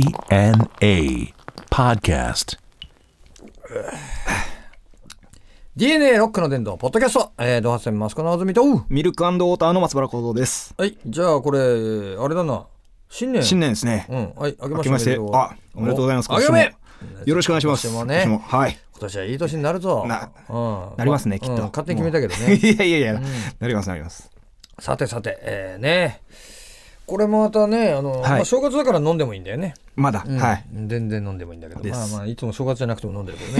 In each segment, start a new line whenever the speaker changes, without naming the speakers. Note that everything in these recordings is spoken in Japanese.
DNA Podcast.
DNA ロックの伝道、ポッドキャスト、えー、ドハセンマスコのあずみと、う
ミルクウォーターの松原幸三です。
はい、じゃあこれ、あれだな、新年。
新年ですね。
うん、はい、あけ
明
まし
け
ておめ
まして
でとう。
あ、おめでとうございます。
あけめ
今年もよろしくお願いします。
今年も
今
ね、
年はい。
今年はいい年になるぞ。
な
うん
なりますねきっと
うん勝手に決めたけど
い
ね。
やいやいや、なりますなります。
さてさて、えー、ね、これもまたね、あの、
はい
まあ、正月だから飲んでもいいんだよね。
まだ
うん
はい。
全然飲んでもいいんだけど、
です
まあまあ、いつも正月じゃなくても飲んでるけど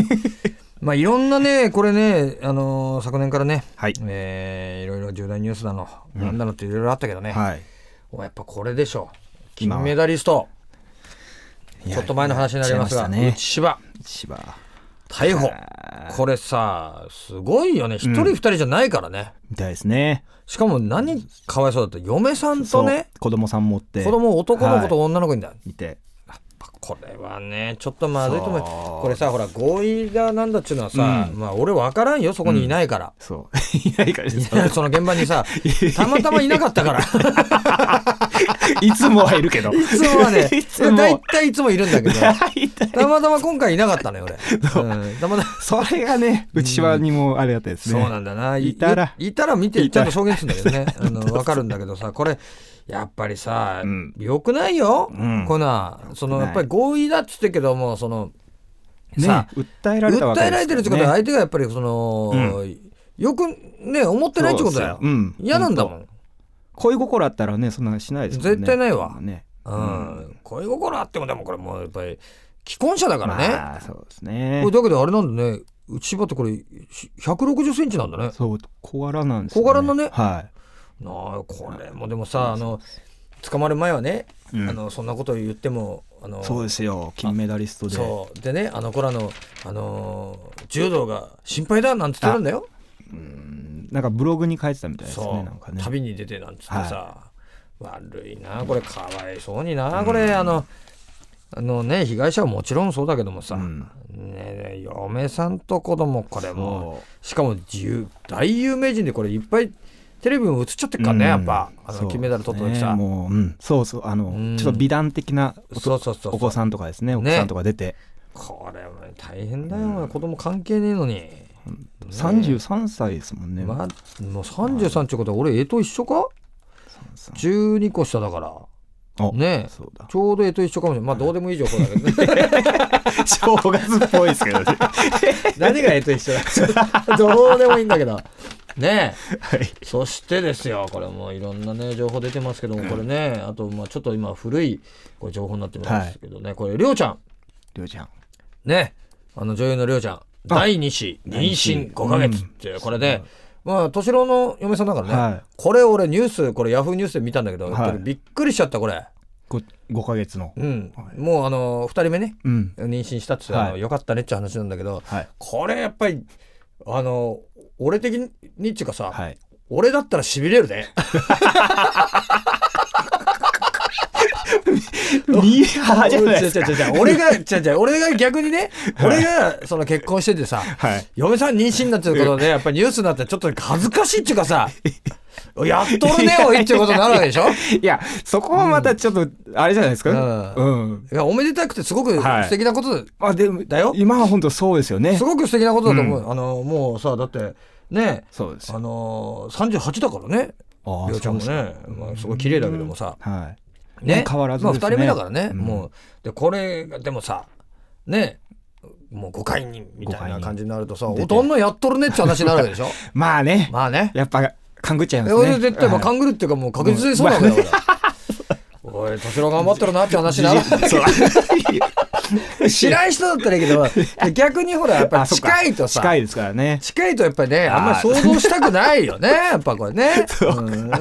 ね。 まあいろんなね、これね、あのー昨年からね、
はい
えーいろいろ重大ニュースだの、なんだのっていろいろあったけどね、
はい。
もうやっぱこれでしょう。
今は
金メダリスト。
いや
ちょっと前の話になりますが、
やっちゃいま
内芝
したね。
逮捕
あ。
これさ、すごいよね。一人二人じゃないからね。
みたいですね。
しかも何かわいそうだった嫁さんとね
そう、子供さん持って。
子供男の子と
は
女の子いんだ。
いいて。
これはね、ちょっとまずいと思。
そう
これさ、ほら、合意がなんだっちゅうのはさ、まあ俺分からんよ、そこにいないから。
そう。 いないからです。
その現場に さ、たまたまいなかったから。
いつもはいるけど。、
いつもはね
いつも
大体いつもいるんだけど、
いたい
たまたま今回いなかったのよ、俺。うんたまたま
それがね、内島にもあれやったです
そう
ね。
なんだな。い
いたら
いいたら見て、
い
ち
た
ゃん
ら
と証言するんだけど ね。あの、わかるんだけどさ、これ、やっぱりさ
うん、
よくないよ
ん。
こんな、その、
良くない
やっぱり合意だっつってけども、その、
ね
さあ、
訴えられたわ
訴
けです
えられてるってことは、
は
相手がやっぱり、その、よくね、思ってないってことだよ
そうですようん。
嫌なんだもん。
恋心あったらね、そんなしないですもんね。
絶対ないわ
ね。
うん。恋心あっても、でもこれもう、やっぱり、既婚者だからね。
まあ、そうですね
これ。だけどあれなんだね、内葉ってこれ、160センチなんだね。
そう、小柄なんです、
小柄のね
は
なあこれもでもさあの捕まる前はね、
うん
あのそんなこと言ってもあの
い。そうですよ、金メダリストで。
そうでねあの子らの、あのー柔道が心配だなんつってたんだよ、
うんなんかブログに書いてたみたいです
そ
ね、
う、
なんかね。
旅に出てなんつってさ、悪いなこれかわいそうになこれ、あのあのね被害者はもちろんそうだけどもさ、
うん
ね嫁さんと子供これも
そう
しかも自由大有名人でこれいっぱいテレビも映っちゃってっからね、
うん
やっぱあ
そう
の金メダル取った時さ、
ねもう、うん、そうそう、あの、
うん
ちょっと美談的なお
そうそうそうそう
お子さんとかですね、お子さんとか出て、
これは大変だよ、子供関係ねえのに、
33歳ですもんね、
ま、もう33ってことは俺絵と一緒か
さん
12個下だから
お
ねえ
そうだ。
ちょうど絵と一緒かもしれないまあどうでもいい情報だけど ね
正月っぽいで すけどね。
何が絵と一緒 だどうでもいいんだけどねえそしてですよこれもういろんなね情報出てますけどもこれねあとまあちょっと今古いこれ情報になってますけどね、これりょうちゃん
りょうちゃん。
ね、あの女優のりょうちゃん、第2子、妊娠5ヶ月っていう、これで、まあ、敏郎の嫁さんだからね、
はい
これ俺ニュース、これヤフーニュースで見たんだけど、
はい
これびっくりしちゃった、これ。
5, 5ヶ月の。
うん。もう、あの、2人目ね、
うん。
妊娠したって言って、あの
はい
よかったねって話なんだけど、
はい。
これやっぱり、あの、俺的にっていうかさ、
はい。
俺だったらしびれるね。
ミーハーじゃないです
違う
か。
違う違う俺が、違う違う、俺が逆にね、俺がその結婚しててさ、
はい。
嫁さん妊娠になってることで、やっぱりニュースになってちょっと恥ずかしいっていうか さ、やっとるね、おいっていうことになるわけでしょ
いや、そこはまたちょっと、あれじゃないですか。
う
うん。
いや、おめでたくてすごく
はい
素敵なことだ、
まあでも
だよ
今は本当そうですよね
す。ごく素敵なことだと思う。あの、もうさ、だって、ね、
そうです
あ
よ。
のー、38だからね、
あ
りょうちゃんも。ね、まあ、すごい綺麗だけどもさ、
はい。
ね、
変わらず
まあ、
で
2
すね
人目だからね、
うん
もう、で、これが、でもさ、ね、もう5回人みたいな感じになるとさ、
誤解人
どんどんやっとるねって話になるわけ でしょ
まあね。
まあね。
やっぱ、勘ぐっちゃいま
え
すね。
俺絶対、まあ、
はい
勘ぐるっていうかもう確実にそうなんだよ、俺おい敏郎頑張ってるなって話 な知らん人だったらいいけ ど逆にほらやっぱり
あそっか
近いとさ
近いですからね。
近いとやっぱりねあんまり想像したくないよね やっぱこれね うん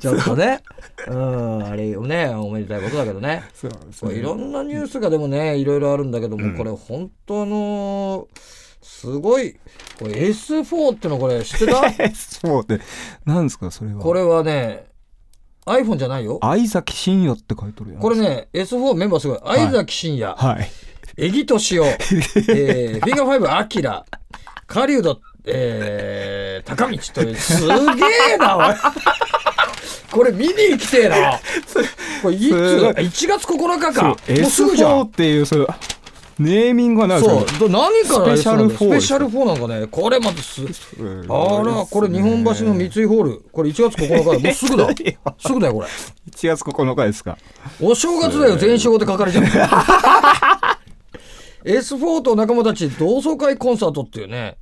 ちょっとねうんあれねおめでたいことだけどね
そうです
これいろんなニュースがでもねいろいろあるんだけども、これ本当あのーすごいこれ S4 ってのこれ知ってた
ね。そうで、なんですか、それは。
これはね、iPhone じゃないよ。
愛崎信也って書いてるやん。
これ。ね、S4 メンバーすごい。
い
相崎真也、
はい。
エギトシ オ、えー、フィンガーファイブ、アキラ、狩人、えー、高道 という、すげえな、おい。これ見に行きてえな。これいつ
すごい
?1 月9日か。もうすぐじゃ
S4
ん。
っていう、それ、ネーミングは何です
そ
か
う。ど何から
スペシャ
S な
ル
んだ
フォー
スペ
です
シャル4なんかね。これまたす。
うん
あら、これ日本橋の三井ホール。これ1月9日だ。もうすぐだ。 すぐだよ、これ。
1月9日ですか。
お正月だよ、全勝で書かれち ゃう。S4 と仲間たち同窓会コンサートっていうね。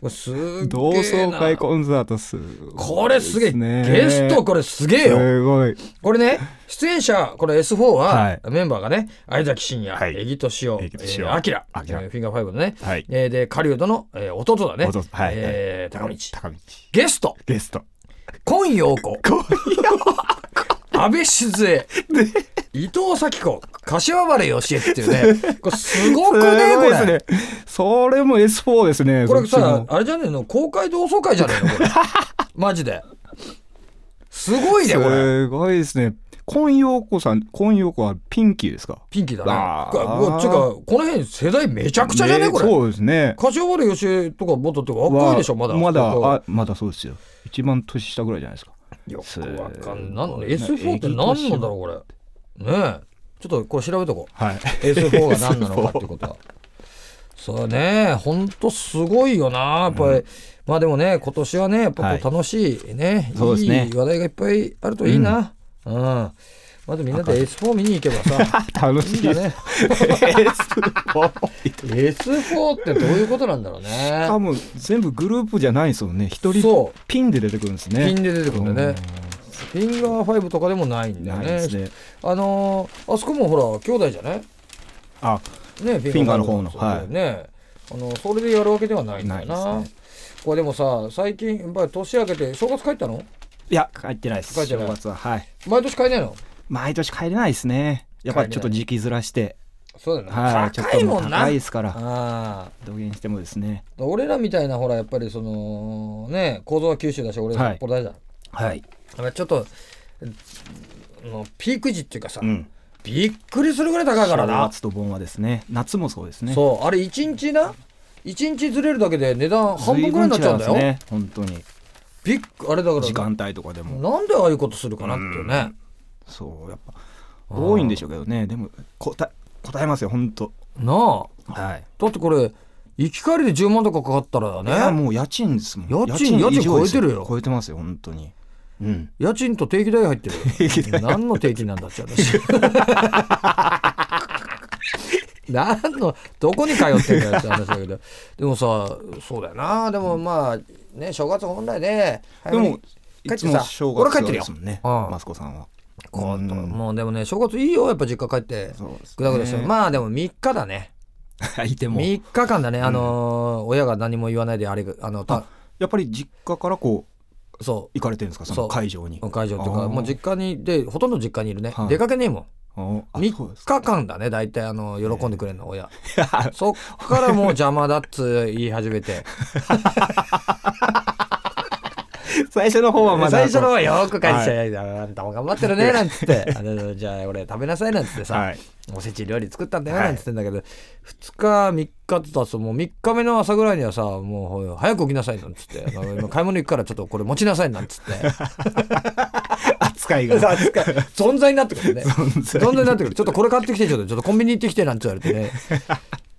これすっげえな。
同窓会コンサートす
これすげえ。
ですね
ゲストこれすげえよ。
すごい。
これね、出演者、これ S4 は、
はい
メンバーがね、相崎真也、
はい
エギトシオ、え
江木敏夫
ーアキラ、え
アキラ
ーフィンガーファイブのね、
はい
えーで、狩人の、えー弟だね、
弟はい
えー高道。
高道。
ゲスト、
ゲスト。
今陽子、安倍静江、伊藤咲子、柏原義恵っていう ね、これすごくね、こ
すご
れ。
いですね。それも S4 ですね。
これ
そっち
さ
も、
あれじゃねえの、公開同窓会じゃねえ の、これ。マジで。すごいね、これ。
すごいですね。今陽子さん、今陽子はピンキーですか
ピンキーだ
あ
ね。
ー
ここちゅうか、この辺世代めちゃくちゃじゃねこれ。
そうですね。
柏原芳恵とかもだって若いでしょ、まだ。
まだ、
よ
あ、まだそうですよ。一番年下ぐらいじゃないですか。
くわかんな
す
い。
ごいね
S4 って何なんだろう、これ。ねえ。ちょっとこれ調べとこう。
はい。
S4 が何なのかっていうことは。そうね、ほんとすごいよな、やっぱり。まあでもね、今年はね、やっぱこう楽しいね、
そうですね
いい話題がいっぱいあるといいな。うん。まずみんなで S4 見に行けばさ、
楽
いい
し
んだ
いです。
ね。
S4
S4 ってどういうことなんだろうね。
多分全部グループじゃないですもんね。一人
そう
ピンで出てくるんですね。
ピンで出てくるんだよね。フィンガーファイブとかでもないん
うん。
だよ
ない
ね。
ですね。
あのーあそこもほら、兄弟じゃないね、
あ、
フィ
ィンガーの方の
ファイブもそうだよね、あのそれでやるわけではないんだよ
な
な。
いです
これでもさ、最近、やっぱり年明けて、正月帰ったの
いや、帰ってないです。
帰ってない
正月は。はい。
毎年帰れないの
毎年帰れないですね。やっぱりちょっと時期ずらして。
そうだよね。
はい。ちょっ
高
と
い
も
も
うん
な。
高いですから。
ああ
土減してもですね。
俺らみたいな、ほら、やっぱりその、ね、構造は九州だし、俺ら札幌大じゃん。
はい。
やっぱりちょっと、あのピーク時っていうかさ、
うん。
びっくりするぐらい高いから
正
な。
月と盆はですね。夏もそうですね。
そう、あれ1日な、1日ずれるだけで値段半分ぐらいになっちゃうんだよ。
随分違いますね。本当に。
びっくあれだから
時間帯とかでも。
なんでああいうことするかなっていうね。
そう、やっぱ。多いんでしょうけどね。でも、答え、答えますよ、本当
なあ、
はい。
だってこれ、行き帰りで10万とかかかったら
い
ね、
やもう家賃ですもん
家賃
以上です
家賃超えてるよ
超えてますよ本当にうん
家賃と定期代入って
期
るよ。何の定期なんだって私。 何のどこに通ってんだよって話だけどでもさそうだよなでもまあね正月本来ね
でも
帰
い
って
つ
さ
も正
俺
月
帰ってるよ
ですもんね
うん
マスコさんは
こう
うん
もうでもね正月いいよやっぱ実家帰って
そうですね
ぐだぐだしてるまあでも3日だね
いても
3日間だねあのー親が何も言わないであれがあのた
やっぱり実家からこう
そ
行かれてるんですかそ
そう
の会場に
う会場っていう
あ
か
ー
もう実家にでほとんど実家にいるね、
はい
出かけねえもん
ああそ
3
うです
日間だね大体あの喜んでくれるの親そっからもう邪魔だっつ言い始め て
最初の方はまだ
最初の
は
はよく帰ってきて、いやあんたも頑張ってるね」なんつって「あのじゃあ俺食べなさい」なんつってさ、
はい
おせち料理作ったんだよ
はい
なんつってんだけど、2日3日ってたつともう3日目の朝ぐらいにはさもう早く起きなさいなんつってあの今買い物行くからちょっとこれ持ちなさいなんつって
扱いが
存在になってくるね
存在
存在になってくるちょっとこれ買ってきてちょっとちょっとコンビニ行ってきてなんて言われて ね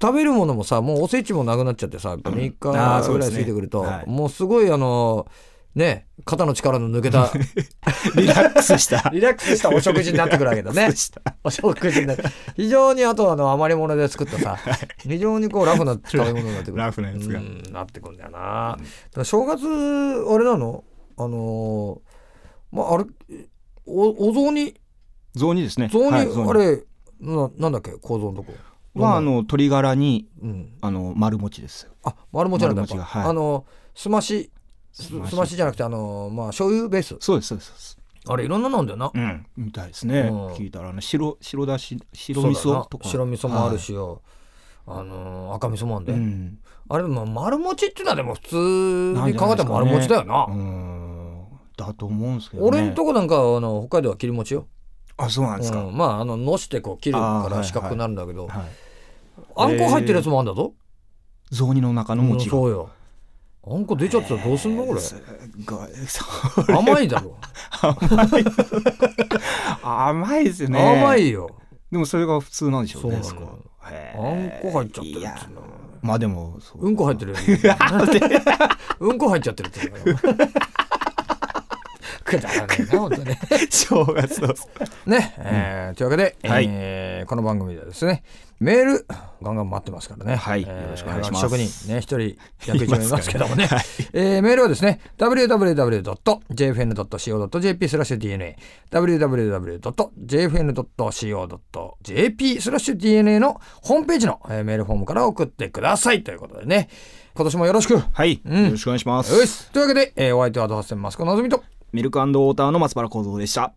食べるものもさもうおせちもなくなっちゃってさ3日ぐ
あ
ら
ーそうで
い
すね
過ぎてくると、
はい
もうすごいあのね肩の力の抜けた
リラックスした
リラックスした お食事になってくるわけだね
そうした
お食事になって非常にあとあの余り物で作ったさ非常にこうラフな食べ物になってくる
ラフなやつが
うんなってくんだよな、だから正月あれなのあのーまああれおお雑煮
雑煮ですね
雑煮、
はい雑煮
あれななんだっけ構造のとこ
はあの鶏ガラに
うん
あの丸餅ですよ
あ丸餅なんだやっぱ、
丸餅がはい
あのすましす
すまし
すましじゃなくてあのまあ醤油ベース
そうですそうですそうです
あれいろんなのなんだよな、
うんみたいですね
うん
聞いたらあの白白だし白
そう
味
だよな
噌とか
白味噌もあるしよ、あのー赤味噌もあんで、
はいうん
あれ、まあ、丸餅っていうのはでも普通に考えても丸餅だよな。
うーんだと思うんですけどね。
俺んとこなんかはあの北海道は切り餅よ。
あそうなんですか。
うんまああののしてこう切る
あー
か
はいは
ら
い
四角くなるんだけど、
はい。
あんこ入ってるやつもあんだぞ。
雑煮の中の
うん
餅が。
そうよ。あんこ出ちゃってたらどうすんのこ
えー
れ。
すごい。そう
甘いだろ。
甘いですよね
甘いよ。
でもそれが普通なんでしょうね
そうなの
へ
あん
え
こ入っちゃってるっ
いや
つうんだもん
まあでもそ
うんこ入ってる。 うんこ入っちゃってるって言う んだから。くだらねえな、本当ね。
正月の
ね、えーというわけで、
はい
えーこの番組ではですね、メール、ガンガン待ってますからね。
はい
えー
よろしくお願いします
はがき職人、ね、一人、役一名いますけどもね。えーメールはですね、www.jfn.co.jp スラッシュ DNA、www.jfn.co.jp スラッシュ DNA のホームページの、えーメールフォームから送ってくださいということでね、今年もよろしく。よ
はい、
うん
よろしくお願いします
しというわけで、えー、お相手はドハセンマスコのぞみと、
ミルクウォーターの松原幸三でした